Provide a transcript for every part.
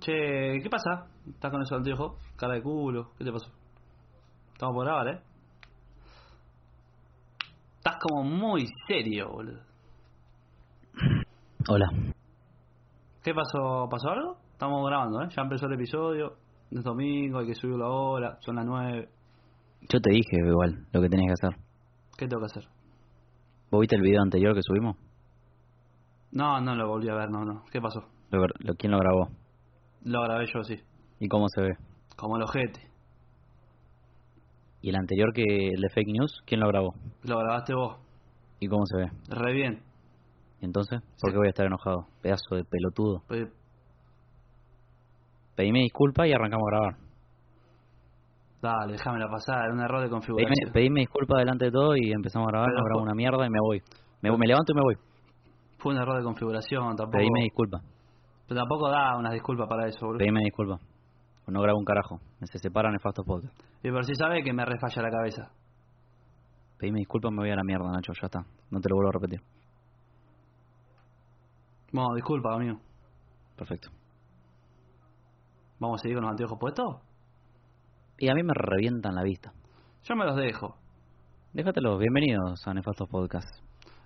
Che, ¿qué pasa? ¿Estás con esos anteojos? Cara de culo, ¿qué te pasó? Estamos por grabar, ¿eh? Estás como muy serio, boludo. Hola. ¿Qué pasó? ¿Pasó algo? Estamos grabando, ¿eh? Ya empezó el episodio. Es domingo, hay que subirlo ahora. Son las 9. Yo te dije igual lo que tenías que hacer. ¿Qué tengo que hacer? ¿Vos viste el video anterior que subimos? No, no lo volví a ver, no, no. ¿Qué pasó? Lo, gra- lo- ¿Quién lo grabó? Lo grabé yo, sí. ¿Y cómo se ve? Como el ojete. ¿Y el anterior que el de fake news? ¿Quién lo grabó? Lo grabaste vos. ¿Y cómo se ve? Re bien. ¿Y entonces? ¿Por qué voy a estar enojado? Pedazo de pelotudo. Pues, Pedime disculpas y arrancamos a grabar. dale, déjamela pasar. Era un error de Pedime, configuración. pedime disculpas delante de todo y empezamos a grabar. Pero No grabo por- una mierda y me voy. Me, me levanto y me voy. Fue un error de configuración, tampoco. Pedime disculpas. Pero tampoco da unas disculpas para eso, boludo. Pedime disculpas. No grabo un carajo. Me se separan nefastos podcast. Y por si sabe que me refalla la cabeza. Pedime disculpas, me voy a la mierda, Nacho. Ya está. No te lo vuelvo a repetir. Bueno, disculpa, amigo. Perfecto. ¿Vamos a seguir con los anteojos puestos? Y a mí me revientan la vista. Yo me los dejo. Déjatelos, bienvenidos a Nefastos Podcast.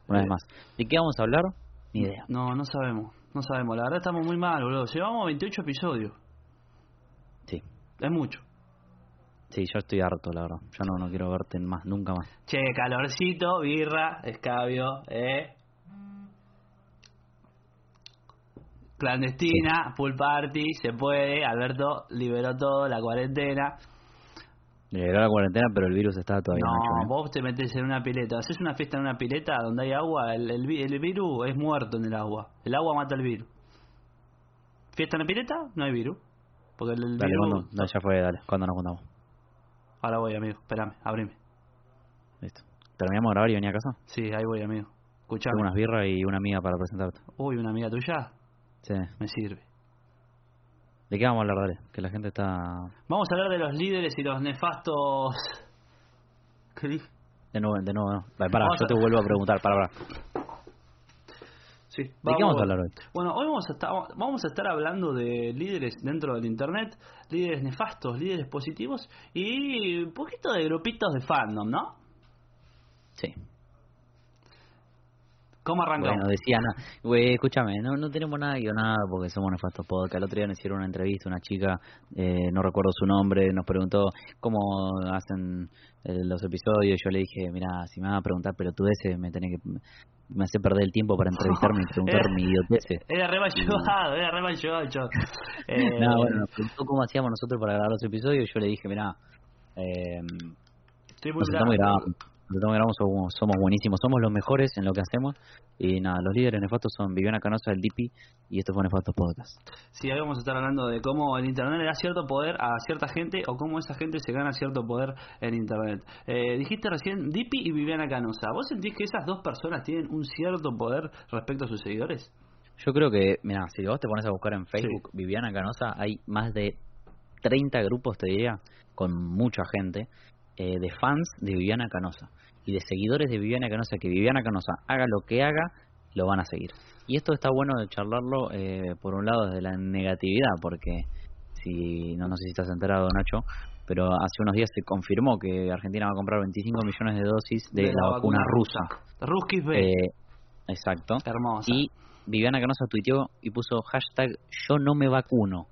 Una Eh. vez más. ¿De qué vamos a hablar? Ni idea. No, no sabemos. No sabemos. La verdad estamos muy mal, boludo. Llevamos 28 episodios. Sí, Es mucho. sí, yo estoy harto, la verdad. Yo no, no quiero verte más, nunca más. Che, calorcito, birra, escabio, eh. Clandestina, pool party, se puede. Alberto liberó todo, la cuarentena. Llegó la cuarentena, pero el virus está todavía no, Nacho, ¿eh? vos te metes en una pileta. Haces una fiesta en una pileta donde hay agua. El, el, vi- el virus es muerto en el agua. El agua mata el virus. Fiesta en la pileta, no hay virus. Porque el, el Dale, virus. cuando, no, ya fue, dale. Cuando nos juntamos. Ahora voy, amigo. Espérame, abrime. Listo. Terminamos de grabar y venía a casa. Sí, ahí voy, amigo. Tengo Escuchame. unas birras y una amiga para presentarte. Uy, una amiga tuya Sí. me sirve. ¿De qué vamos a hablar, dale? Que la gente está... Vamos a hablar de los líderes y los nefastos. ¿Qué dije? De nuevo, de nuevo, no. Vale, Pará, Vamos yo a- te vuelvo a preguntar, pará, pará. Sí, ¿De qué vamos a hablar hoy? Bueno, hoy vamos a, estar, vamos a estar hablando de líderes dentro del internet, líderes nefastos, líderes positivos y un poquito de grupitos de fandom, ¿no? Sí. ¿Cómo arrancamos? Bueno, decía, no, güey, escúchame, no, no tenemos nada nada porque somos nefastos podcast. El otro día nos hicieron una entrevista, una chica, eh, no recuerdo su nombre, nos preguntó cómo hacen eh, los episodios. Yo le dije, mira, si me vas a preguntar pelotudeces, me tenés que, me hace perder el tiempo para entrevistarme y preguntar mi idioteces. Era re mal llevado, era re mal llevado, yo. Eh, No, bueno, nos preguntó cómo hacíamos nosotros para grabar los episodios. Yo le dije, mira, eh, estoy muy nos estamos bravo. grabando. Nos estamos grabando, somos, somos buenísimos, somos los mejores en lo que hacemos. Y nada, los líderes nefastos son Viviana Canosa, el Dipi, y esto fue Nefastos Podcast. Sí, ahí vamos a estar hablando de cómo el Internet le da cierto poder a cierta gente o cómo esa gente se gana cierto poder en Internet. Eh, dijiste recién Dipi y Viviana Canosa. ¿Vos sentís que esas dos personas tienen un cierto poder respecto a sus seguidores? Yo creo que, mira, si vos te pones a buscar en Facebook Viviana Canosa, hay más de 30 grupos, te diría, con mucha gente, eh, de fans de Viviana Canosa y de seguidores de Viviana Canosa, que Viviana Canosa haga lo que haga, lo van a seguir. Y esto está bueno de charlarlo, eh, por un lado, desde la negatividad, porque si no, no sé si estás enterado, Nacho, pero hace unos días se confirmó que Argentina va a comprar 25 millones de dosis de, la, vacuna, rusa. Ruskis B. Eh, exacto. Hermosa. Y Viviana Canosa tuiteó y puso hashtag yo no me vacuno.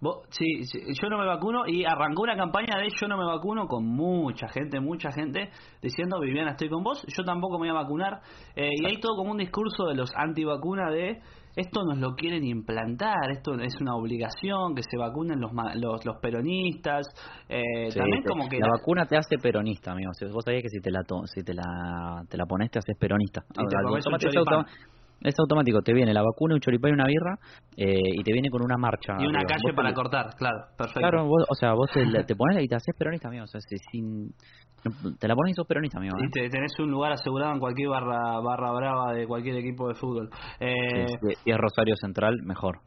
Vos- sí, sí, yo no me vacuno y arrancó una campaña de yo no me vacuno con mucha gente, mucha gente diciendo Viviana estoy con vos, yo tampoco me voy a vacunar Eh, y hay todo como un discurso de los antivacuna de esto nos lo quieren implantar, esto es una obligación que se vacunen los ma- los, los peronistas, Eh, Sí, también te- como que la la- vacuna te hace peronista, amigo. O sea, vos sabías que si te la to- si te la te la pones te haces peronista. Y Ah, te Al- comes un automático- es, choripán. automa- es automático, te viene la vacuna, un choripán y una birra eh, y te viene con una marcha. y una arriba. calle Vos para te- cortar, claro, perfecto. Claro, vos- o sea, vos te, la- te pones y te haces peronista, amigo. O sea, si- sin, no- te la pones y sos peronista, amigo. ¿eh? Y te- tenés un lugar asegurado en cualquier barra barra brava de cualquier equipo de fútbol. Eh, Sí, sí, si es Rosario Central, mejor.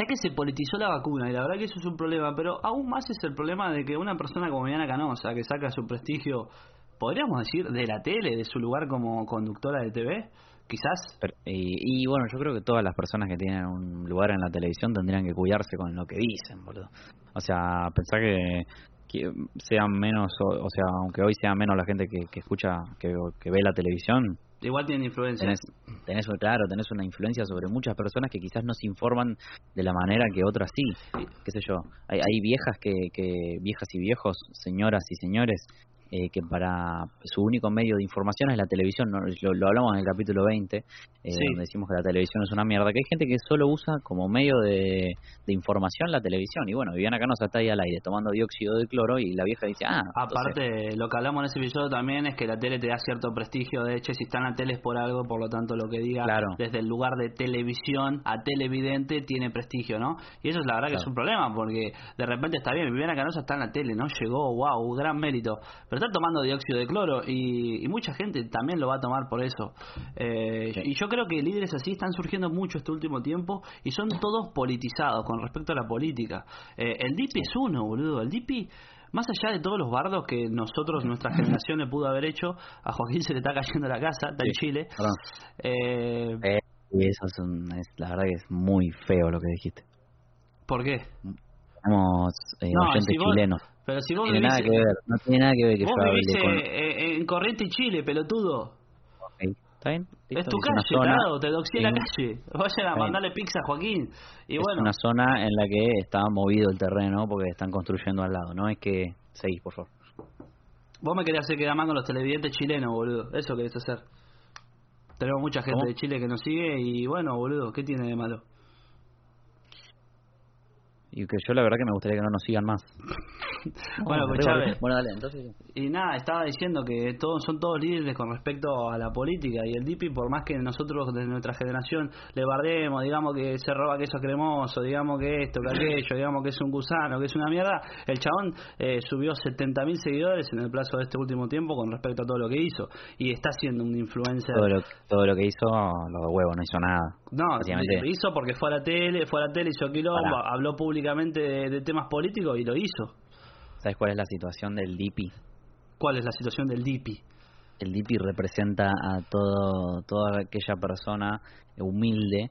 Es que se politizó la vacuna y la verdad que eso es un problema, pero aún más es el problema de que una persona como Diana Canosa, que saca su prestigio, podríamos decir, de la tele, de su lugar como conductora de TV, quizás. Pero- y, y bueno, yo creo que todas las personas que tienen un lugar en la televisión tendrían que cuidarse con lo que dicen, boludo. O sea, pensar que, que sean menos, o, o sea, aunque hoy sea menos la gente que, que escucha, que, que ve la televisión, Igual tienen influencia. tenés, tenés, un- claro, tenés una influencia sobre muchas personas que quizás no se informan de la manera que otras sí. Qué sé yo, hay, hay viejas que, que, viejas y viejos, señoras y señores, eh, que para su único medio de información es la televisión, ¿no? lo, lo hablamos en el capítulo 20, eh, Sí. donde decimos que la televisión es una mierda, que hay gente que solo usa como medio de, de información la televisión. Y bueno, Viviana Canosa está ahí al aire tomando dióxido de cloro y la vieja dice, ah, entonces- Aparte, lo que hablamos en ese episodio también es que la tele te da cierto prestigio. De hecho, si está en la tele es por algo, por lo tanto, lo que diga Claro. desde el lugar de televisión a televidente tiene prestigio, ¿no? Y eso es la verdad que es Claro. un problema, porque de repente está bien, Viviana Canosa está en la tele, ¿no? Llegó, wow, gran mérito. Pero está tomando dióxido de cloro y, y mucha gente también lo va a tomar por eso. Eh, Sí. Y yo creo que líderes así están surgiendo mucho este último tiempo y son todos politizados con respecto a la política. Eh, el DIPI es uno, boludo. El DIPI, más allá de todos los bardos que nosotros, nuestra generación, le pudo haber hecho, a Joaquín se le está cayendo la casa, está en Sí. Chile. Perdón. Eh, Eh, y eso es, un- es- la verdad que es muy feo lo que dijiste. ¿Por qué? Somos eh, No, oyentes si vos- chilenos. Pero si No vos tiene nada que vivís- ver, no tiene nada que ver que vos yo hable vivís con... eh, eh, en Corriente y Chile, pelotudo. Ok, ¿Está bien? Es Listo, tu una calle, zona- tarado, te doxié la es- calle. Vayan a bien. mandarle pizza a Joaquín. Y es bueno, una zona en la que está movido el terreno porque están construyendo al lado, ¿no? Es que... Seguís, por favor. Vos me querés hacer quedar mal con los televidentes chilenos, boludo. Eso querés hacer. Tenemos mucha gente ¿Cómo? de Chile que nos sigue y bueno, boludo, ¿qué tiene de malo? Y que yo la verdad que me gustaría que no nos sigan más. Bueno, pues escuchame. No, arriba, arriba. Bueno, dale, entonces... Y nada, estaba diciendo que todos son todos líderes con respecto a la política y el DIPI, por más que nosotros de nuestra generación le bardemos, digamos que se roba queso cremoso, digamos que esto, que aquello, digamos que es un gusano, que es una mierda, el chabón eh, subió 70.000 seguidores en el plazo de este último tiempo con respecto a todo lo que hizo y está siendo un influencer Todo lo, todo lo que hizo, lo de huevo, no hizo nada. No, Básicamente. lo hizo porque fue a la tele, fue a la tele, hizo quilombo, Pará. habló públicamente de, de temas políticos y lo hizo. ¿Sabes cuál es la situación del DIPI? ¿Cuál es la situación del DIPI? El DIPI representa a todo, toda aquella persona humilde,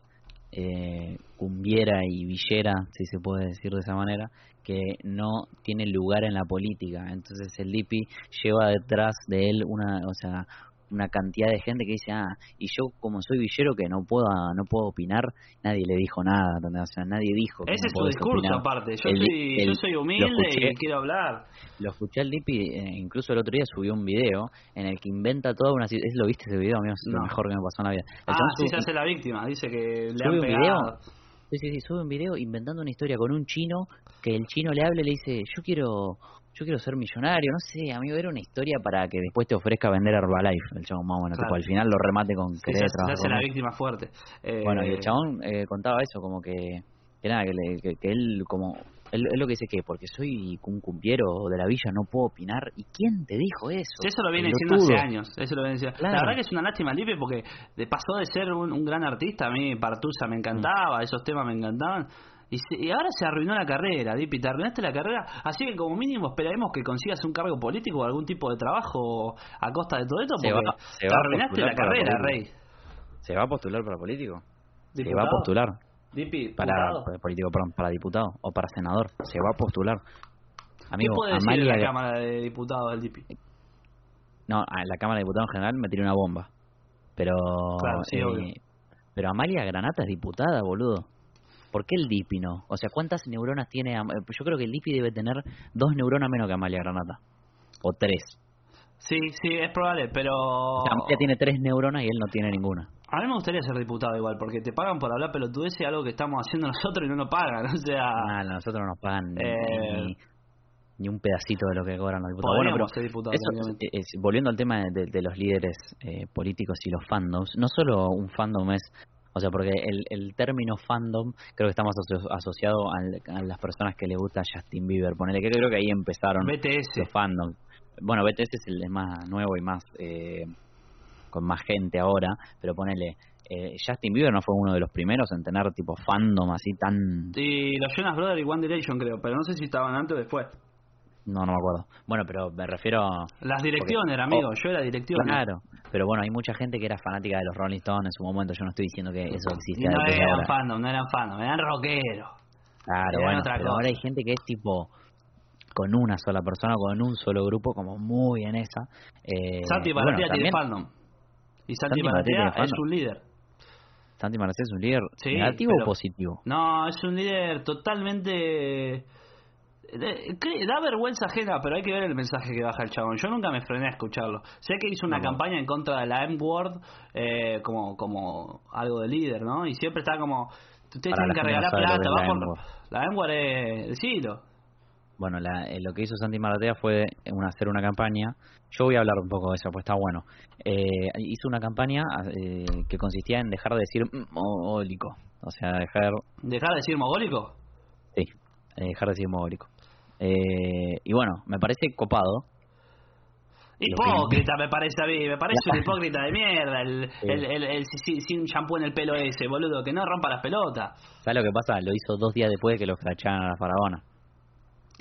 eh, cumbiera y villera, si se puede decir de esa manera, que no tiene lugar en la política. Entonces el DIPI lleva detrás de él una, o sea, una cantidad de gente que dice, ah, y yo como soy villero que no puedo, no puedo opinar, nadie le dijo nada, ¿entendés? o sea, nadie dijo. que Ese no es su podés discurso opinar. aparte. Yo, El- soy, yo el- soy lo humilde escuché- y quiero hablar. lo escuché al Lipi, eh, incluso el otro día subió un video en el que inventa toda una si- ¿es ¿Lo viste ese video, amigo? Es lo No. mejor que me pasó en la vida. El Ah, chabón sí, sube- se hace la víctima. Dice que le sube han un video. pegado. Sí, sí, sí, sube un video inventando una historia con un chino que el chino le habla y le dice, yo quiero yo quiero ser millonario, no sé, amigo, era una historia para que después te ofrezca vender Herbalife, el chabón más bueno, Claro. tipo, al final lo remate con Sí, se, querer se hace trabajar la con- víctima fuerte. Eh, bueno, y el chabón eh, contaba eso, como que, que nada, que, le- que- que él como... Él, él lo que dice que porque soy un cumbiero de la villa no puedo opinar. ¿Y quién te dijo eso? Sí, eso lo viene diciendo Pelotudo. hace años. Eso lo viene diciendo. La Claro. verdad que es una lástima, Lipe, porque de- pasó de ser un, un gran artista. A mí Partusa me encantaba, esos temas me encantaban. Y, se- y ahora se arruinó la carrera, Lipe, te arruinaste la carrera. Así que como mínimo esperaremos que consigas un cargo político o algún tipo de trabajo a costa de todo esto, Se porque va- te se va a arruinaste postular la para carrera, político. Rey. ¿Se va a postular para político? Se va Diputado. a postular Lipe, para diputado. para político, perdón, para diputado o para senador. Se va a postular. ¿Qué Amigo, puede decir en Amalia... la Cámara de Diputados del Lipe? No, a la Cámara de Diputados en general me tiró una bomba. Pero... eh, Claro, sí, obvio. pero Amalia Granata es diputada, boludo. ¿Por qué el Dipi no? O sea, ¿cuántas neuronas tiene? Am- eh, Yo creo que el Dipi debe tener dos neuronas menos que Amalia Granata. O tres. Sí, sí, es probable, pero... O sea, Amalia tiene tres neuronas y él no tiene ninguna. A mí me gustaría ser diputado igual, porque te pagan por hablar pelotudeces algo que estamos haciendo nosotros y no nos pagan. O sea, Ah, no, nosotros no nos pagan ni- Eh. ni, ni un pedacito de lo que cobran los diputados. podríamos Bueno, pero ser diputados. Eso, tranquilamente. eh, eh, volviendo al tema de, de los líderes eh, políticos y los fandoms, no solo un fandom es, o sea, porque el, el término fandom creo que estamos aso- asociado al- a las personas que les gusta Justin Bieber, ponele que creo que ahí empezaron los BTS. fandoms. Bueno, BTS es el más nuevo y más eh, con más gente ahora, pero ponele, eh, Justin Bieber no fue uno de los primeros en tener tipo fandom así tan... Y los Jonas Brothers y One Direction, creo, pero no sé si estaban antes o después. No, no me acuerdo. Bueno, pero me refiero. a- Las direcciones, Porque- amigo, oh, yo era dirección. Claro, pero bueno, hay mucha gente que era fanática de los Rolling Stones en su momento. Yo no estoy diciendo que eso Y existe. no desde eran ahora. fandom, no eran fandom, eran rockeros. Claro, Eran bueno, otra pero cosa. ahora hay gente que es tipo con una sola persona, con un solo grupo, como muy en esa. Eh, Santi y bueno, Baratea tiene también fandom. Y Santi Santi Baratea Baratea tiene es fandom. un líder. Santi Marcés es un líder Sí, negativo pero- o positivo. No, es un líder totalmente... de- que- Da vergüenza ajena, pero hay que ver el mensaje que baja el chabón. Yo nunca me frené a escucharlo. Sé que hizo una No. campaña en contra de la M-Word eh, como, como algo de líder, ¿no? Y siempre está como... Ustedes tienen Para la que gente que regalar no sabe lo plata, que va es la por... La M-Word es... Decilo. Bueno, la- eh, lo que hizo Santi Maratea fue una, hacer una campaña. Yo voy a hablar un poco de eso, pues está bueno. Eh, hizo una campaña eh, que consistía en dejar de decir mm, o- ólico. O sea, dejar ¿Dejar de decir mogólico? Sí, eh, dejar de decir mogólico. Eh, y bueno, me parece copado. Lo que- Hipócrita me parece a mí, me parece un Claro. hipócrita de mierda, el, Sí. el, el, el si- si- sin champú en el pelo ese, boludo, que no rompa las pelotas. ¿Sabes lo que pasa? Lo hizo dos días después de que lo escracharan a la faraona.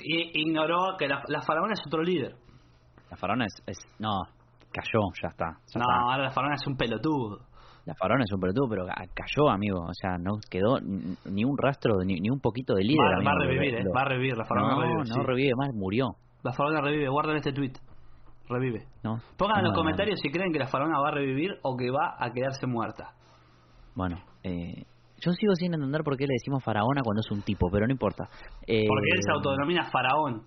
Y ignoró que la, la faraona es otro líder. La faraona es, es- No, cayó, ya está. ya No, está. ahora la faraona es un pelotudo. La faraona es un pelotudo, pero ca- cayó, amigo. O sea, no quedó ni ni un rastro, ni, ni un poquito de líder. Va, va a amigo. revivir, eh, Lo- va a revivir, la faraona No, revive. no sí. revive más, murió. La faraona revive, guarden este tweet. Revive. No, Pongan en no, los no, no. comentarios si creen que la faraona va a revivir o que va a quedarse muerta. Bueno, eh, yo sigo sin entender por qué le decimos faraona cuando es un tipo, pero no importa. Eh, Porque él se autodenomina faraón,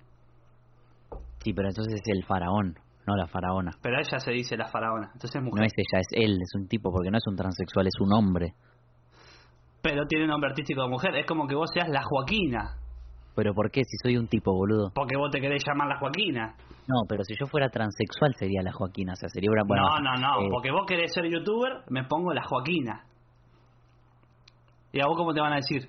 Sí, pero entonces es el faraón, no la faraona. pero a ella se dice la faraona, entonces es mujer. No es ella, es él, es un tipo, porque no es un transexual, es un hombre. Pero tiene nombre artístico de mujer, es como que vos seas la Joaquina. Pero ¿por qué? Si soy un tipo, boludo. Porque vos te querés llamar la Joaquina. No, pero si yo fuera transexual sería la Joaquina, o sea, sería una... bueno, no, no, no. eh, Porque vos querés ser youtuber, me pongo la Joaquina. ¿Y a vos cómo te van a decir?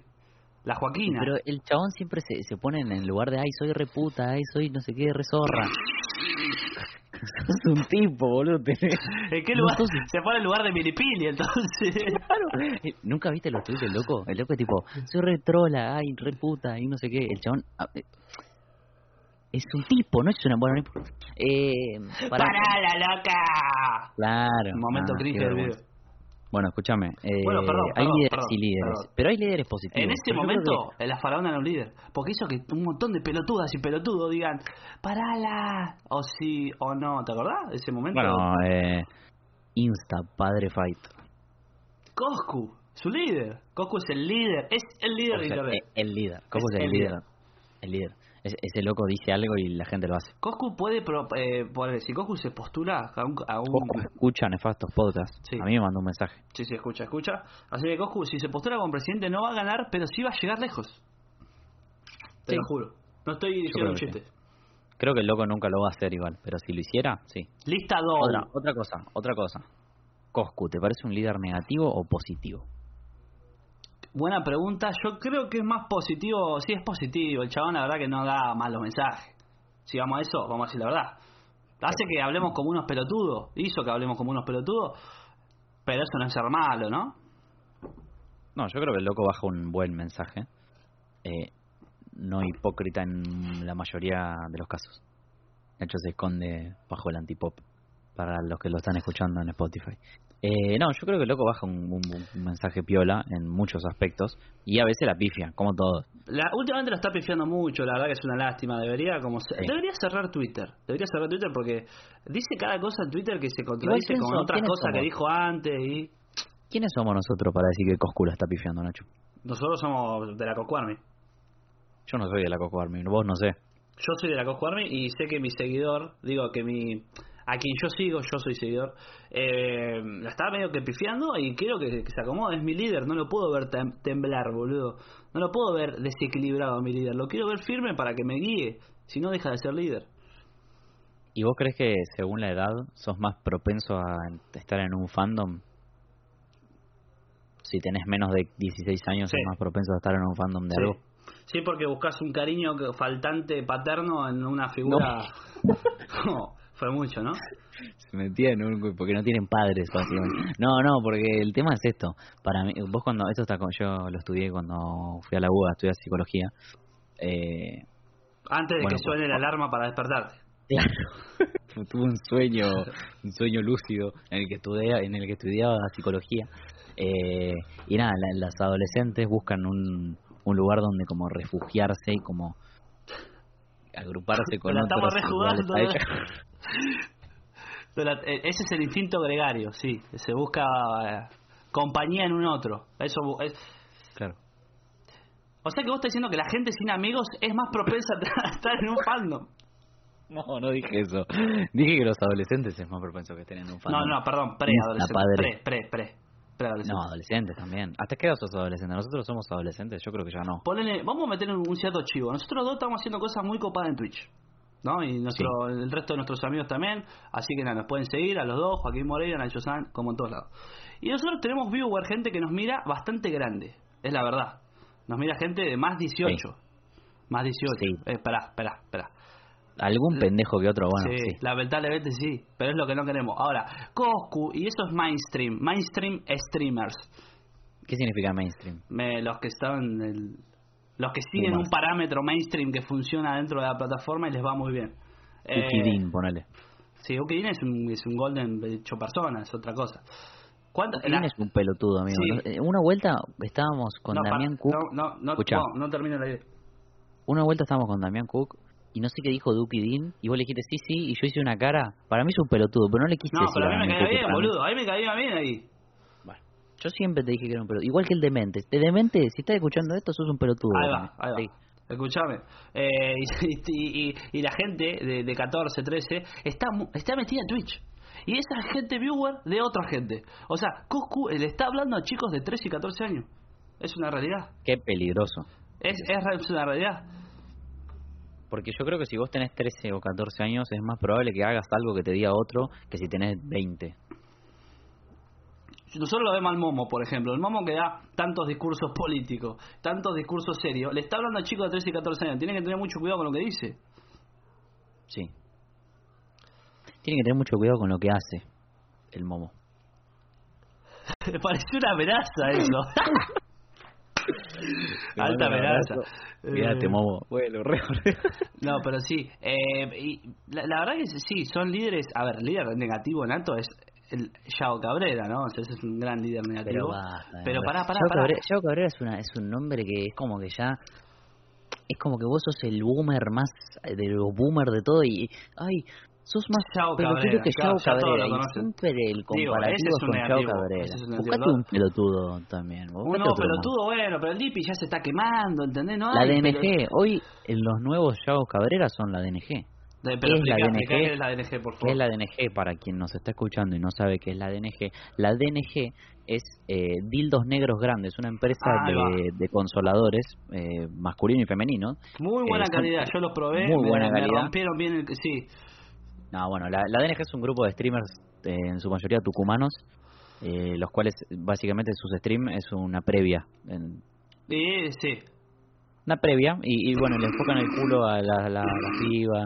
La Joaquina. Pero el chabón siempre se, se pone en el lugar de, ay, soy reputa, ay, soy no sé qué, re zorra. Sos un tipo, boludo. tenés- ¿En qué no lugar? sos- Se pone el lugar de Milipili, entonces. Claro. Eh, ¿Nunca viste los tweets del loco? El loco es tipo, soy re trola, ay, re puta, y no sé qué. El chabón... ah, eh, Es un tipo, no es una... Bueno, no importa. Eh, ¡Pará, pará. la loca! Claro. Momento Ah, qué cringe del vergüenza. video. Bueno, escúchame. eh, Bueno, perdón, hay perdón, líderes perdón, y líderes. perdón. Pero hay líderes positivos. En este Yo creo momento, que- la faraona era un líder. Porque hizo que un montón de pelotudas y pelotudos digan, ¡parala! O sí o no, ¿te acordás? Ese este momento. Bueno, eh, Insta, padre fight. Coscu, su líder. Coscu es el líder, es el líder O de sea, internet. eh, el líder. ¿Cómo Es es, el el líder? líder. El líder. Ese- ese loco dice algo y la gente lo hace. Coscu puede, pro- eh, poner- si Coscu se postula a un... a un- Coscu escucha nefastos podcasts. Sí. A mí me mandó un mensaje. Sí, sí, escucha, escucha. Así que Coscu, si se postula como presidente no va a ganar, pero sí va a llegar lejos. Te Sí. lo juro. No estoy diciendo creo un que chiste. Creo que el loco nunca lo va a hacer igual. Pero si lo hiciera, sí. Lista 2. Otra, otra cosa, otra cosa. Coscu, ¿te parece un líder negativo o positivo? Buena pregunta. Yo creo que es más positivo. Sí, es positivo. El chabón, la verdad, que no da malos mensajes. Si vamos a eso, vamos a decir la verdad. Hace que hablemos como unos pelotudos. Hizo que hablemos como unos pelotudos. Pero eso no es ser malo, ¿no? No, yo creo que el loco baja un buen mensaje. Eh, no hipócrita en la mayoría de los casos. De hecho, se esconde bajo el antipop. Para los que lo están escuchando en Spotify. Eh, no, yo creo que el loco baja un, un- un mensaje piola en muchos aspectos. Y a veces la pifia, como todos. La, últimamente lo está pifiando mucho, la verdad que es una lástima. Debería como ce- Sí. debería cerrar Twitter. Debería cerrar Twitter porque dice cada cosa en Twitter que se contradice quién con son- otras quiénes cosas que somos? dijo antes y ¿Quiénes somos nosotros para decir que Coscu la está pifiando, Nacho? nosotros somos de la Coscuarmi. Yo no soy de la Coscu Army, vos no sé. Yo soy de la Coscuarmi y sé que mi seguidor, digo que mi a quien yo sigo, yo soy seguidor, eh, la estaba medio que pifiando y quiero que, que se acomode, es mi líder, no lo puedo ver tem- temblar, boludo. No lo puedo ver desequilibrado a mi líder, lo quiero ver firme para que me guíe, si no deja de ser líder. ¿Y vos crees que según la edad sos más propenso a estar en un fandom? Si tenés menos de 16 años, Sí. sos más propenso a estar en un fandom de Sí. algo. Sí, porque buscas un cariño que- faltante paterno en una figura. No, fue mucho, ¿no? Se metía en un... porque no tienen padres, básicamente. No, no, porque el tema es esto. Para mí, vos cuando... Esto está con... Yo lo estudié cuando fui a la UBA, estudié psicología. Eh, Antes de Bueno, que suene la pues- alarma para despertarte. Claro. Tuve un sueño, un sueño lúcido en el que estudia, en el que estudiaba psicología. Eh, y nada, la- las adolescentes buscan un, un lugar donde como refugiarse y como agruparse con La estamos otros iguales rejugando, a ¿no? ellas. Pero la- e- ese es el instinto gregario, sí. Se busca eh, compañía en un otro. Eso bu- es- Claro. o sea que vos estás diciendo que la gente sin amigos es más propensa a estar en un fandom. No, no dije eso. Dije que los adolescentes es más propenso que estén en un fandom. No, no, perdón, preadolescente. padre. Pre, pre, pre. Preadolescente. No, adolescentes también. ¿Hasta qué edad sos adolescente? Nosotros somos adolescentes, yo creo que ya no. Ponele- vamos a meter un un cierto chivo. Nosotros dos estamos haciendo cosas muy copadas en Twitch. ¿No? Y nuestro, el resto de nuestros amigos también. Así que nada, nos pueden seguir a los dos, Joaquín Moreira, Nacho San, como en todos lados. Y nosotros tenemos viewer, gente que nos mira bastante grande. Es la verdad. Nos mira gente de más 18. Más 18. Sí. Eh, pará, pará, pará. Algún pendejo que otro, bueno, sí, sí. lamentablemente sí, pero es lo que no queremos. Ahora, Coscu, y eso es mainstream, mainstream streamers. ¿Qué significa mainstream? me- los que están en el- los que siguen Humor. un parámetro mainstream que funciona dentro de la plataforma y les va muy bien. Eh, Ukidin, ponele. sí, Ukidin es un, es un golden hecho persona, es otra cosa. ¿Cuánto, Ukidin la- es un pelotudo, amigo. Sí. Nos- eh, Una vuelta estábamos con no, Damián pa- Cook. No, no, no, Escuchá. no, no termina la idea. Una vuelta estábamos con Damián Cook y no sé qué dijo Duki Dean. Y vos le dijiste sí, sí, y yo hice una cara. Para mí es un pelotudo, pero no le quise No, decir pero a mí me Damián caía Cook, bien, para mí- boludo. A mí me caía bien ahí. Bueno, yo siempre te dije que era un pelotudo. Igual que el demente. De demente, si estás escuchando esto, sos un pelotudo. Ahí va, también. ahí va. Sí. Escuchame. Eh, y, y- y- y la gente de, de 14, 13 está, mu- está metida en Twitch. Y esa gente viewer de otra gente. O sea, Cuscu eh, le está hablando a chicos de 13 y 14 años. Es una realidad. Qué peligroso. Es, es, re- es una realidad. Porque yo creo que si vos tenés 13 o 14 años, es más probable que hagas algo que te diga otro que si tenés 20. Nosotros lo vemos al Momo, por ejemplo. El Momo que da tantos discursos políticos, tantos discursos serios. Le está hablando a chicos de 13 y 14 años. Tiene que tener mucho cuidado con lo que dice. Sí. Tiene que tener mucho cuidado con lo que hace el momo. Pareció una amenaza eso. Alta amenaza. Cuídate, Eh, momo. Bueno, re, No, pero sí. eh, y la, la verdad que sí, son líderes. A ver, líder negativo nato es el Yao Cabrera, ¿no? O sea, ese es un gran líder Pero negativo. basta. Pero pará, pará, Yao pará. Cabrera, Yao Cabrera es, una, es un nombre que es como que ya... Es como que vos sos el boomer más... eh, De los boomer de todo y... Ay, sos más Yao pelotudo Cabrera, que claro, Yao ya todos Cabrera. lo y conocen. siempre el Digo, comparativo ese es un con Yao negativo, Cabrera. ese es un Buscate negativo. un pelotudo también. Un Buscate nuevo otro más. pelotudo, bueno, pero el Dipi ya se está quemando, ¿entendés? No La hay DNG. pelo- Hoy eh, los nuevos Yao Cabrera son la DNG. De- pero es explicá, la DNG? explicá qué es la DNG, por ¿Qué favor. es la DNG? Para quien nos está escuchando y no sabe qué es la DNG, la DNG es eh, Dildos Negros Grandes, una empresa Ah, ahí de, de consoladores eh, masculino y femenino. Muy buena Eh, son- calidad, yo los probé. Muy me- buena me calidad. rompieron bien el. Sí, No, bueno, la, la DNG es un grupo de streamers, eh, en su mayoría tucumanos, eh, los cuales básicamente sus streams es una previa. en- y, sí. una previa, y, y bueno, le enfocan el culo a la, la, la piba,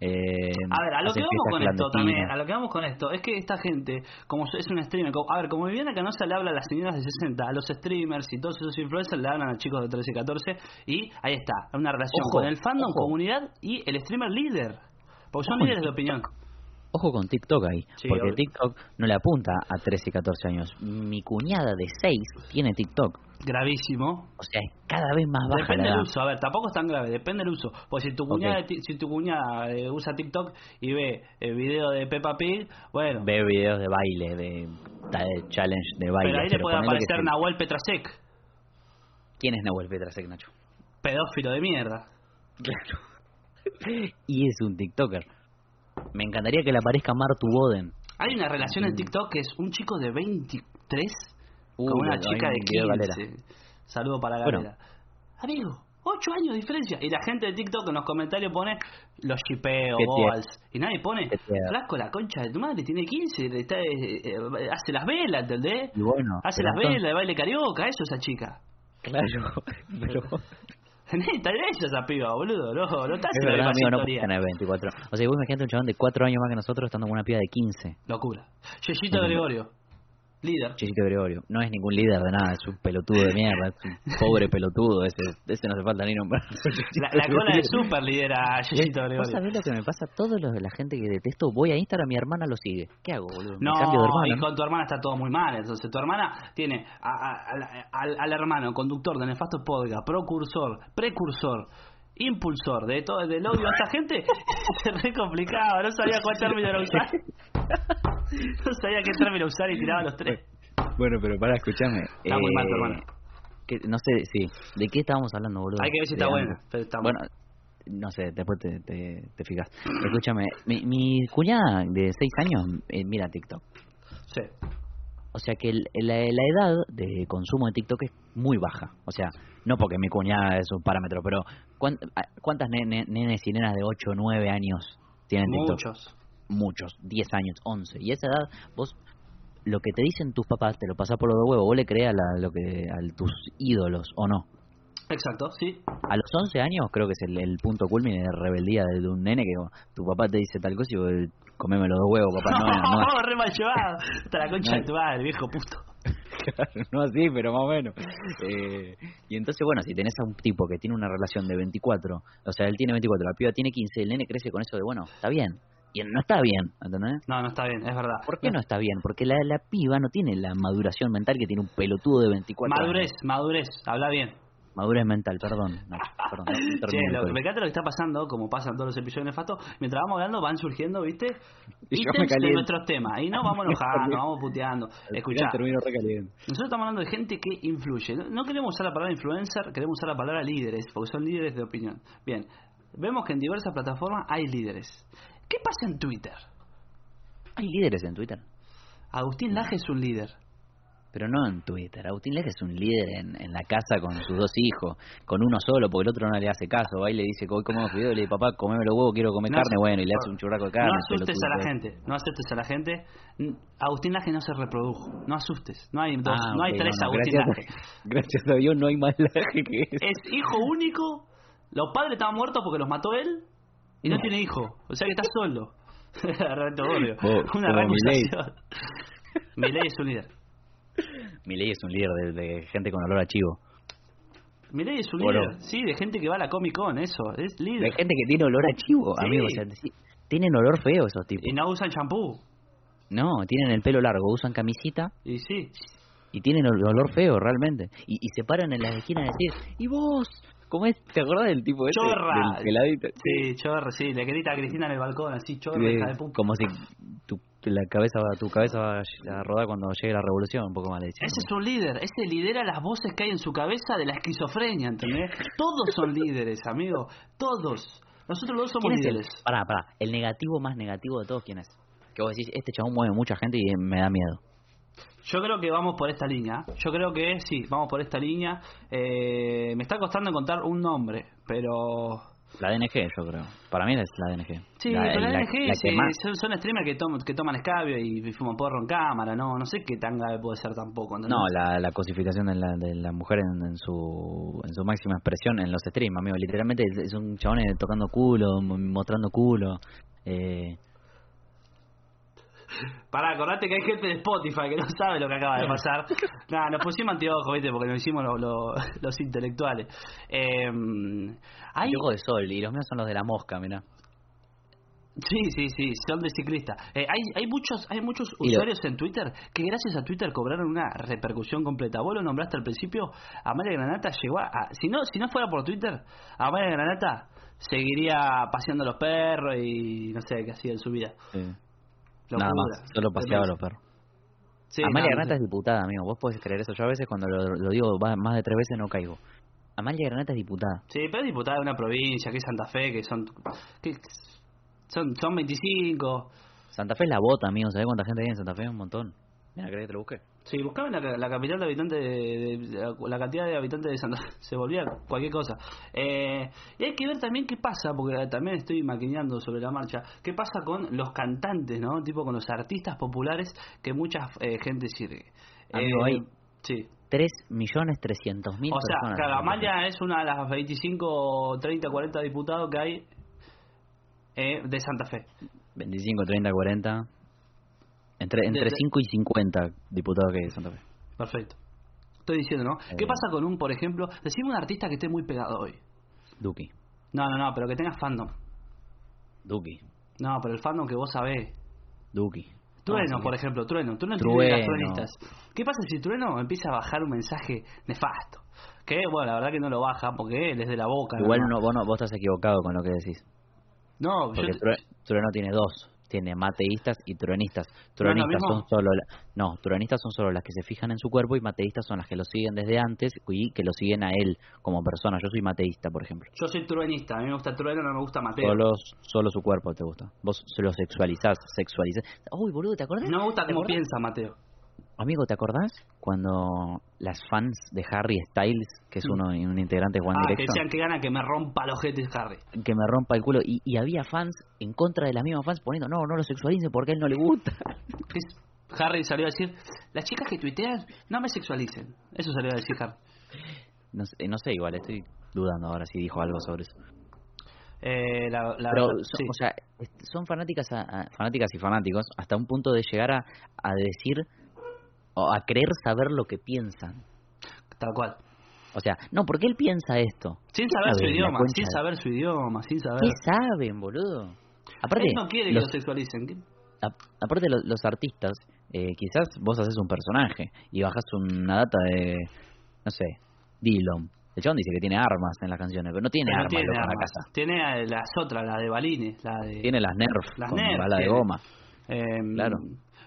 eh, A ver, a lo que hacen vamos fiestas con esto también, clandestinas. a lo que vamos con esto, es que esta gente, como es un streamer, como- a ver, como Viviana Canosa le habla a las señoras de 60, a los streamers y todos esos influencers le hablan a chicos de 13 y 14, y ahí está, una relación Ojo, con el fandom, ojo. comunidad y el streamer líder, porque son Ojo, líderes de opinión. Ojo con TikTok ahí, Sí, porque obvio. TikTok no le apunta a 13 y 14 años. Mi cuñada de 6 tiene TikTok, Gravísimo. o sea, es cada vez más Ah, baja Depende la edad. del uso, a ver, tampoco es tan grave, depende del uso. Pues si tu cuñada, ti- si tu cuñada eh, usa TikTok y ve el video de Peppa Pig, bueno, Ve videos de baile, de, ta- de challenge de baile. pero ahí le puede ponele que aparecer sí. Nahuel Petrasek, ¿Quién es Nahuel Petrasek, Nacho? pedófilo de mierda. Claro. y es un TikToker. Me encantaría que le aparezca Martu Boden. Hay una relación Mm. en TikTok que es un chico de 23 Uh, con una hay chica un de video de 15. Saludo para Bueno. Galera. Amigo, 8 años de diferencia. Y la gente de TikTok en los comentarios pone los chipeo, Qué tierno. balls. Y nadie pone, Qué tierno. flasco la concha de tu madre, tiene 15, le está, eh, eh, hace las velas, ¿entendés? Y bueno, Hace las pero entonces- velas de baile carioca, eso esa chica. Claro, pero... Neta, era ella esa piba, boludo. No, no está Es haciendo verdad, la amigo, no puedes pasantoría. tener 24. O sea, vos imagínate un chabón de 4 años más que nosotros estando con una piba de 15. Locura. Yeyito Ujú. Gregorio. Líder. Chichito Gregorio. No es ningún líder de nada, es un pelotudo de mierda, es un pobre pelotudo, ese, ese no hace falta ni nombrar. La, la cola de super líder a Chichito ¿Vos Gregorio. sabés lo que me pasa? Todos los de la gente que detesto, voy a Instagram, mi hermana lo sigue. ¿Qué hago, boludo? Me No, cambio de hermana. y con tu hermana está todo muy mal. Entonces, tu hermana tiene a- a- al, al- al hermano conductor de Nefasto Podcast, procursor, precursor, impulsor de todo, del odio a esta gente. es re complicado, no sabía cuál término era usar. no sabía qué término usar y tiraba los tres. Bueno, pero para escucharme. Está muy mal tu hermana. que- no sé, sí. ¿De qué estábamos hablando, boludo? Hay que ver si De está antes. bueno. pero está Bueno, no sé, después te, te, te fijas. Escúchame, mi, mi cuñada de 6 años eh, mira TikTok. Sí. O sea que el- la, la edad de consumo de TikTok es muy baja. O sea, no porque mi cuñada es un parámetro, pero ¿cuán- a- ¿cuántas ne- ne- nenes y nenas de 8 o 9 años tienen TikTok? Muchos. muchos, 10 años, 11. Y a esa edad, vos, lo que te dicen tus papás, te lo pasás por los dos huevos, vos le creas la- lo que, a tus ídolos o no. Exacto, sí. A los 11 años creo que es el, el punto culmine de rebeldía de, de un nene que como, tu papá te dice tal cosa y vos comeme los dos huevos, papá. No, no, no, re mal llevado. Hasta la concha No. de tu madre, viejo puto. Claro, no así, pero más o menos. Eh, y entonces, bueno, si tenés a un tipo que tiene una relación de 24, o sea, él tiene 24, la piba tiene 15, el nene crece con eso de, bueno, está bien. Y él no está bien, ¿entendés? No, no está bien, es verdad. ¿Por qué no está bien? Porque la, la piba no tiene la maduración mental que tiene un pelotudo de 24 Madurez, años. madurez, habla bien. Madurez mental, perdón. Nacho, perdón no, no Che, terminé lo, con- me encanta lo que está pasando, como pasa en todos los episodios de Nefasto. Mientras vamos hablando, van surgiendo, ¿viste? Y yo Ítems de me caliento. nuestros temas. Y no vamos enojando, vamos puteando. al Escuchá, final termino recaliente. nosotros estamos hablando de gente que influye. No, no queremos usar la palabra influencer, queremos usar la palabra líderes, porque son líderes de opinión. Bien, vemos que en diversas plataformas hay líderes. ¿Qué pasa en Twitter? Hay líderes en Twitter, Agustín Laje es un líder. pero no en Twitter. Agustín Laje es un líder en, en la casa con sus dos hijos, con uno solo, porque el otro no le hace caso. Va y le dice, hoy comemos video, y le dice, papá, comeme los huevos, quiero comer No carne. asustes- Bueno, y le hace un churraco de carne. No asustes pelotudo. este. a la gente, no asustes a la gente. N- Agustín Laje no se reprodujo, no asustes. No hay dos, Ah, no hay ok, tres no, Agustín Laje. gracias, a, gracias a Dios no hay más Laje que eso. es hijo único. Los padres estaban muertos porque los mató él y no tiene hijo. O sea que está solo. Reto Borbio. Vos- Una vos, recusación. Milei es un líder. Milei es un líder de, de gente con olor a chivo. Milei es un Bueno. líder, sí, de gente que va a la Comic Con, eso, es Hay líder. gente que tiene olor a chivo, Sí. amigo. O sea, sí, tienen olor feo esos tipos. Y no usan champú. No, tienen el pelo largo, usan camisita Y sí, y tienen ol- olor feo, realmente. Y, y se paran en las esquinas a decir, ¿y vos? ¿Cómo es? ¿Te acordás del tipo ese? Chorra. Del peladito. sí, chorro, sí, le grita a Cristina en el balcón, así, chorro, De- hija de puta. como si tu, la cabeza, va- tu cabeza va a rodar cuando llegue la revolución, un poco más le decían. Ese es un líder, ese lidera las voces que hay en su cabeza de la esquizofrenia, ¿entendés? Todos son líderes, amigo, todos. Nosotros los dos somos ¿Quién es el- líderes. Pará, pará. El negativo más negativo de todos, ¿quién es? Que vos decís, este chabón mueve mucha gente y me da miedo. Yo creo que vamos por esta línea. Yo creo que sí, vamos por esta línea. Eh, me está costando encontrar un nombre, pero. La DNG, yo creo. Para mí es la DNG. Sí, pero la, NG la que sí, más- son, son streamers que, tom- que toman escabio y, y fuman porro en cámara, ¿no? No sé qué tan grave puede ser tampoco. ¿entendés? No, la, la cosificación de la, de la mujer en, en su en su máxima expresión en los streams, amigo. Literalmente es, es un chabón eh, tocando culo, mo- mostrando culo. Eh, Pará, acordate que hay gente de Spotify que no sabe lo que acaba de pasar. Nada, nos pusimos anteojos, ¿viste? Porque nos hicimos los, los, los intelectuales. Eh, hay, y ojo de sol, y los míos son los de la mosca, mirá. Sí, sí, sí, son de ciclista. Eh, hay, hay muchos, hay muchos Y lo- usuarios en Twitter que gracias a Twitter cobraron una repercusión completa. Vos lo nombraste al principio, Amalia Granata llegó a, a- si no, si no fuera por Twitter, Amalia Granata seguiría paseando los perros y no sé qué hacía en su vida. Nada Locura. más, solo paseaba a los perros. Sí, nada, Amalia Granata no es diputada, amigo. Vos podés creer eso. Yo a veces cuando lo, lo digo va- más de tres veces no caigo. Amalia Granata es diputada. sé. Sí, pero es diputada de una provincia, que es Santa Fe, que son que son, son 25. Santa Fe es la bota, amigo. ¿Sabés cuánta gente hay en Santa Fe? Un montón. Mira, ¿crees que te lo busque? Sí, buscaban la, ca- la capital de habitantes, de- de- la, la cantidad de habitantes de Santa Fe, se volvía cualquier cosa. Eh, y hay que ver también qué pasa, porque eh, también estoy maquineando sobre la marcha, qué pasa con los cantantes, ¿no? Tipo con los artistas populares que mucha eh, gente sigue. Eh, Amigo, hay- Sí. 3.300.000 O sea, personas. claro, Amalia es una de las 25, 30, 40 diputados que hay eh, de Santa Fe. 25, 30, 40. Entre, entre de- 5 y 50 diputados que hay de Santa Fe. Perfecto. Estoy diciendo, ¿no? ¿Qué Eh. pasa con un, por ejemplo, decime un artista que esté muy pegado hoy? Duki. No, no, no, pero que tenga fandom. Duki. No, pero el fandom que vos sabés. Duki. Trueno, No, por sí. ejemplo, Trueno. Trueno tiene Trueno. las truenistas. ¿Qué pasa si Trueno empieza a bajar un mensaje nefasto? Que, bueno, la verdad que no lo baja porque él es de la boca. Igual nomás. no, vos, no- vos estás equivocado con lo que decís. No, yo Porque te- True- Trueno tiene dos. Tiene mateístas y truenistas. ¿No es lo Truenistas mismo? son solo... la- no, truenistas son solo las que se fijan en su cuerpo y mateístas son las que lo siguen desde antes y que lo siguen a él como persona. Yo soy mateísta, por ejemplo. yo soy truenista. A mí me gusta Trueno, no me gusta Mateo. Solo, solo su cuerpo te gusta. Vos se lo sexualizás, sexualizás. Uy, boludo, ¿te acordás? No me gusta ¿Te cómo acordás? piensa Mateo. Amigo, ¿te acordás cuando las fans de Harry Styles, que es Mm. uno un integrante de One Ah, que Direction, decían que gana que me rompa los ojete Harry. que me rompa el culo. Y, y había fans en contra de las mismas fans poniendo, no, no lo sexualicen porque a él no le gusta. Que es- Harry salió a decir, las chicas que tuitean no me sexualicen. Eso salió a decir Harry. No sé, no sé, igual, estoy dudando ahora si dijo algo sobre eso. Eh, la, la- Pero, son, sí. o sea, est- son fanáticas, a- a- fanáticas y fanáticos hasta un punto de llegar a, a decir o a creer saber lo que piensan. tal cual. O sea, no, porque él piensa esto. Sin ¿Qué saber su saben, la idioma, concha sin de- saber su idioma, sin saber. ¿Qué saben, boludo? Aparte, Él no quiere que los- lo sexualicen. ¿qué? a- aparte lo- los, artistas, eh, quizás vos haces un personaje y bajás una data de, no sé, Dillon. El chabón dice que tiene armas en las canciones, pero no tiene Pero no armas tiene loco, en la armas. casa. Tiene a- las otras, las de balines, la de... Tiene las Nerf Las con Nerf bala de tiene. goma. Em, Claro.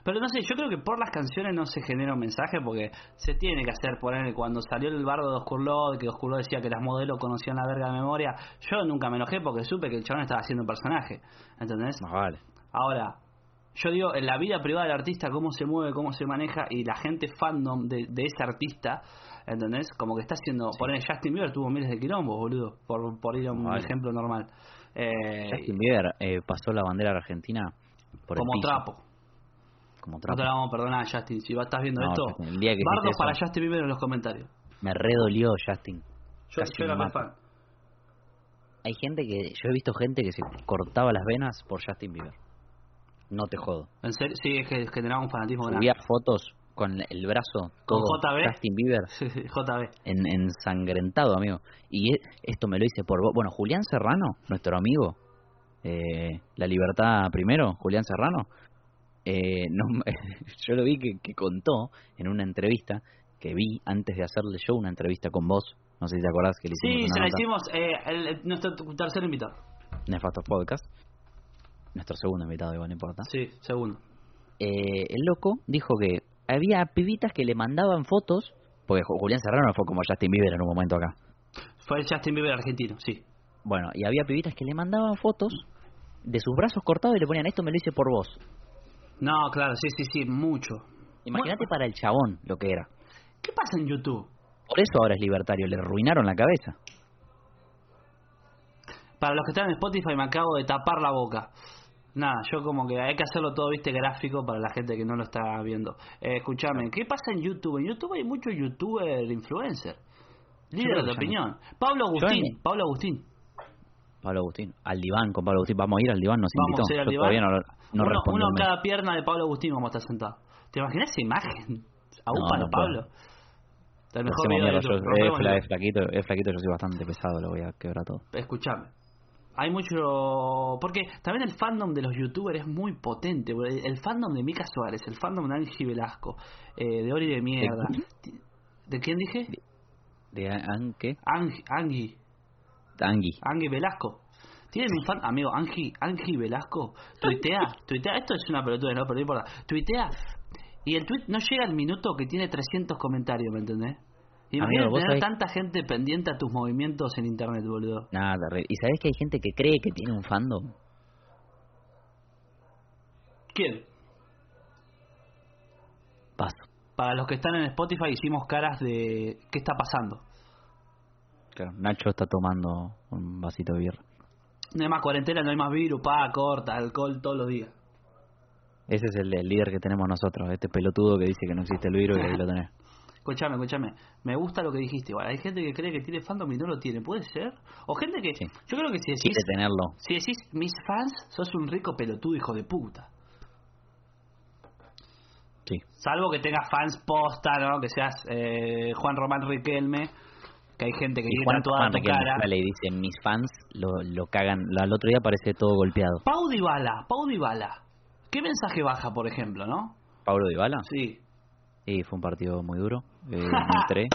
Pero no sé, yo creo que por las canciones no se genera un mensaje porque se tiene que hacer poner cuando salió el bardo de Oscurló, que Oscurló decía que las modelos conocían la verga de memoria, yo nunca me enojé porque supe que el chabón estaba haciendo un personaje, ¿entendés? Más vale. Ahora, yo digo, en la vida privada del artista, cómo se mueve, cómo se maneja y la gente fandom de, de ese artista, ¿entendés? Como que está haciendo, por ejemplo, Justin Bieber tuvo miles de quilombos, boludo, por, por ir a un Vale. ejemplo normal. Eh, Justin Bieber eh, pasó la bandera argentina por como el piso. trapo. Como No trapo. te la vamos a perdonar, Justin. Si vos estás viendo No, esto, Justin, el día que bardo hiciste para eso. Justin Bieber en los comentarios. Me redolió Justin. Yo, Casi yo era me más mata. fan. Hay gente que... Yo he visto gente que se cortaba las venas por Justin Bieber. No te jodo. En serio, sí, es que generaba un fanatismo grande. Subía fotos con el brazo Con todo JB. Justin Bieber JB. en, ensangrentado, amigo. Y e- esto me lo hice por vos. Bueno, Julián Serrano, nuestro amigo, eh, La Libertad Primero, Julián Serrano, eh, no, me- yo lo vi que, que contó en una entrevista que vi antes de hacerle yo una entrevista con vos. No sé si te acordás que le hicimos Sí, una se la nota. hicimos eh, el- el- nuestro tercer invitado. Nefasto Podcast. Nuestro segundo invitado, igual no importa. Sí, segundo. eh, el loco dijo que había pibitas que le mandaban fotos, porque Ju- Julián Serrano fue como Justin Bieber en un momento acá. Fue el Justin Bieber argentino, sí. Bueno, y había pibitas que le mandaban fotos de sus brazos cortados y le ponían esto me lo hice por vos. No, claro, sí, sí, sí, mucho. Imagínate para el chabón lo que era. ¿Qué pasa en YouTube? Por eso ahora es libertario, le arruinaron la cabeza. Para los que están en Spotify me acabo de tapar la boca. Nada, yo como que hay que hacerlo todo, viste, gráfico para la gente que no lo está viendo. Eh, escuchame, ¿qué pasa en YouTube? En YouTube hay muchos youtubers influencer. creo Líderes que de ya opinión. Pablo Yo Agustín, en- Pablo Agustín. Pablo Agustín, al diván con Pablo Agustín, vamos a ir al diván, nos Vamos invitó. a ir al Yo diván. todavía no, no uno, respondí uno al en mail. cada pierna de Pablo Agustín vamos a estar sentados. ¿Te imaginas esa imagen? Aúpalo, no puedo. Pablo. El Lo mejor hacemos video de mierda, yo- YouTube. eh, Rompemos el- es flaquito, es flaquito, yo soy bastante pesado, lo voy a quebrar todo. escuchame. Hay mucho. Porque también el fandom de los youtubers es muy potente. boludo. El fandom de Mika Suárez, el fandom de Angie Velasco, eh, de Ori de Mierda. Ti- ¿De quién dije? De Anke, Angie, Angie, Angui. Angie Velasco. Tienen un fan, amigo, Angie, Angie Velasco. Tuitea, tuitea. Esto es una pelotuda, no, pero no importa. Tuitea. Y el tweet no llega al minuto que tiene 300 comentarios, ¿me entendés? Imagínate Amigo, vos tener sabés- tanta gente pendiente a tus movimientos en internet, boludo. Nada, terrible. ¿Y sabés que hay gente que cree que tiene un fandom? ¿Quién? Paso. Para los que están en Spotify hicimos caras de qué está pasando. Claro. Nacho está tomando un vasito de birra. No hay más cuarentena, no hay más virus, pa, corta, alcohol todos los días. Ese es el, el líder que tenemos nosotros, este pelotudo que dice que no existe el virus y ahí lo tenés. Escuchame, escuchame. Me gusta lo que dijiste. igual. hay gente que cree que tiene fandom y no lo tiene, ¿puede ser? O gente que... Sí. Yo creo que si Sí, decís, de tenerlo. si decís mis fans, sos un rico pelotudo hijo de puta. Sí. Salvo que tengas fans posta, ¿no? Que seas eh, Juan Román Riquelme, que hay gente que Y quiere Juan tatuada Juan tu Riquelme cara. sale y dice, mis fans lo, lo cagan. Lo- al otro día aparece todo golpeado. Pau Dybala, Pau Dybala. ¿Qué mensaje baja, por ejemplo, no? Pablo Dybala. Sí. Y fue un partido muy duro. eh, no entré.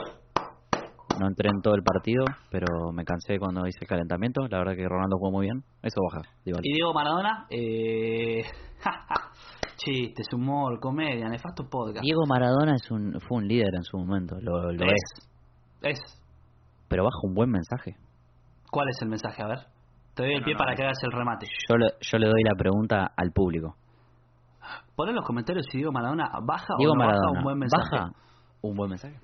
No entré en todo el partido, pero me cansé cuando hice el calentamiento. La verdad que Ronaldo jugó muy bien. Eso baja, Dybala. Y Diego Maradona, eh... chistes, humor, comedia, nefasto podcast. Diego Maradona es un, fue un líder en su momento. Lo, lo Es. es. Es. Pero baja un buen mensaje. ¿Cuál es el mensaje? A ver. Te doy el pie no, para es- que hagas el remate. Yo, le- yo le doy la pregunta al público. Pon en los comentarios si Diego Maradona baja Diego o no Maradona, baja un buen mensaje. un buen mensaje?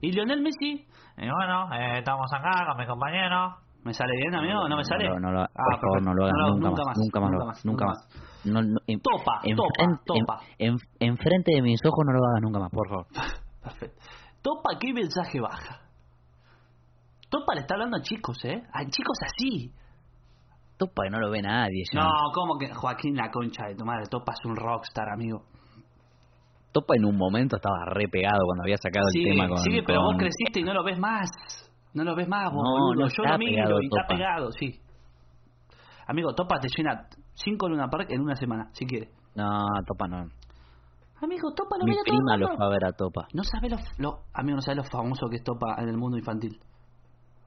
¿Y Lionel Messi? Y bueno, eh, estamos acá con mi compañero. ¿Me sale bien, amigo? ¿No me sale? No, no lo- Ah, por favor, perfecto. no lo hagan hago, nunca, más, nunca más, lo- nunca más. No, no, en- Topa, en- topa, en- topa. en- en- Enfrente de mis ojos no lo hagas nunca más, por favor. Perfecto. Topa, ¿qué mensaje baja? Topa le está hablando a chicos, ¿eh? A chicos así. Topa que no lo ve nadie. ya. No, como que Joaquín la concha de tu madre. Topa es un rockstar, amigo. Topa en un momento estaba re pegado cuando había sacado Sigue, el tema con... sigue, pero vos con- creciste y no lo ves más. No lo ves más, vos, No, boludo. Yo no está lo miro pegado y está Topa. pegado, sí. Amigo, Topa te llena cinco Luna Park en una semana, si quiere. No, Topa no. Amigo, Topa lo Mi mira todo el prima lo mundo. fue a ver a Topa. No sabes lo, lo- amigo, no sabes lo famoso que es Topa en el mundo infantil.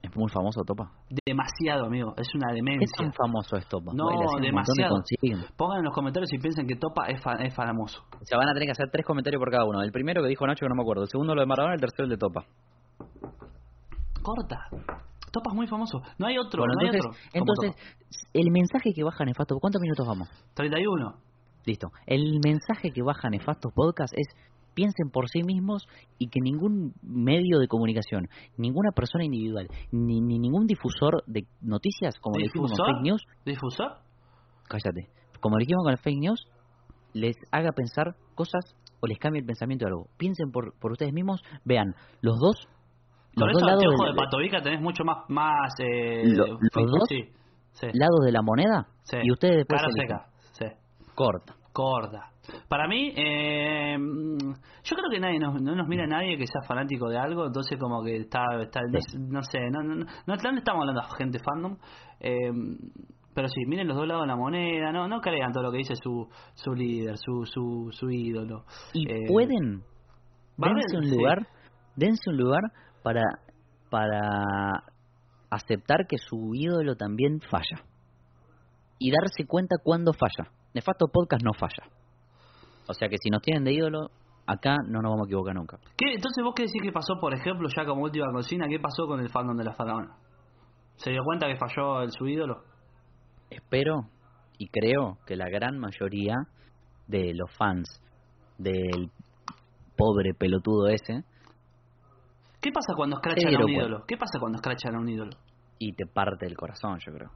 Es muy famoso Topa. Demasiado, amigo. Es una ¿Qué demencia. tan famoso es Topa? No, Baila así un montón y demasiado. consigue. Pongan en los comentarios si piensan que Topa es, fa- es famoso. O sea, van a tener que hacer tres comentarios por cada uno. El primero que dijo Nacho, que no me acuerdo. El segundo lo de Maradona, el tercero el de Topa. Corta. Topa es muy famoso. No hay otro, Bueno, no entonces, hay otro. como entonces el mensaje que baja Nefasto, ¿cuántos minutos vamos? Topa. 31. Listo. El mensaje que baja Nefastos Podcast es piensen por sí mismos y que ningún medio de comunicación, ninguna persona individual, ni, ni ningún difusor de noticias, como dijimos con ¿Difusor? fake news, ¿Difusor? cállate, como dijimos con las fake news, les haga pensar cosas o les cambie el pensamiento de algo. Piensen por, por ustedes mismos, vean, los dos, Con los dos eso lados anteojo de del- patovica tenés mucho más... más eh, Lo- los fin- dos Sí. Sí. lados de la moneda sí. y ustedes después Cara eligen. seca. Sí. corta. Corta. Para mí, eh, mm, yo creo que nadie nos, no nos mira a nadie que sea fanático de algo, entonces como que está, está no, Sí. no sé, no, no, no, no no estamos hablando a gente fandom, eh, pero sí, miren los dos lados de la moneda, no no crean todo lo que dice su, su líder, su, su, su ídolo. y Eh, pueden va a haber- dense un sí. lugar dense un lugar para para aceptar que su ídolo también falla y darse cuenta cuando falla nefasto podcast no falla o sea que si nos tienen de ídolo acá no nos vamos a equivocar nunca ¿Qué- entonces vos qué decís que pasó, por ejemplo, ya como última cocina, qué pasó con el fandom de la faraona? ¿Se dio cuenta que falló el, su ídolo? espero y creo que la gran mayoría de los fans del pobre pelotudo ese ¿Qué pasa cuando escrachan a dieron un cuenta. ídolo? ¿Qué pasa cuando escrachan a un ídolo? y te parte el corazón yo creo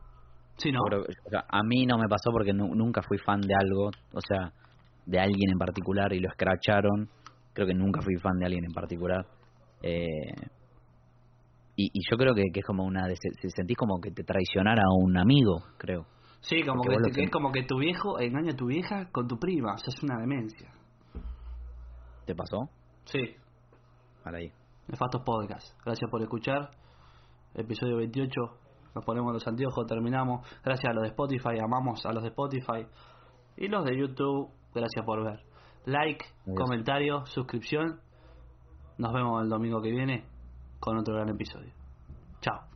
Sí, no. Yo creo que- o sea, a mí no me pasó porque nu- nunca fui fan de algo, o sea, de alguien en particular y lo escracharon. Creo que nunca fui fan de alguien en particular. Eh, y, y yo creo que, que es como una... dece- se- Sentís como que te traicionara a un amigo, creo. Sí, como Porque que, vos lo te- que es sentís. como que tu viejo engaña a tu vieja con tu prima. O sea, es una demencia. ¿Te pasó? Sí. Para ahí. Nefastos Podcast. Gracias por escuchar. Episodio 28. Nos ponemos los anteojos, terminamos. Gracias a los de Spotify. Amamos a los de Spotify. Y los de YouTube. Gracias por ver. Like, Adiós. comentario, suscripción. Nos vemos el domingo que viene con otro gran episodio. Chao.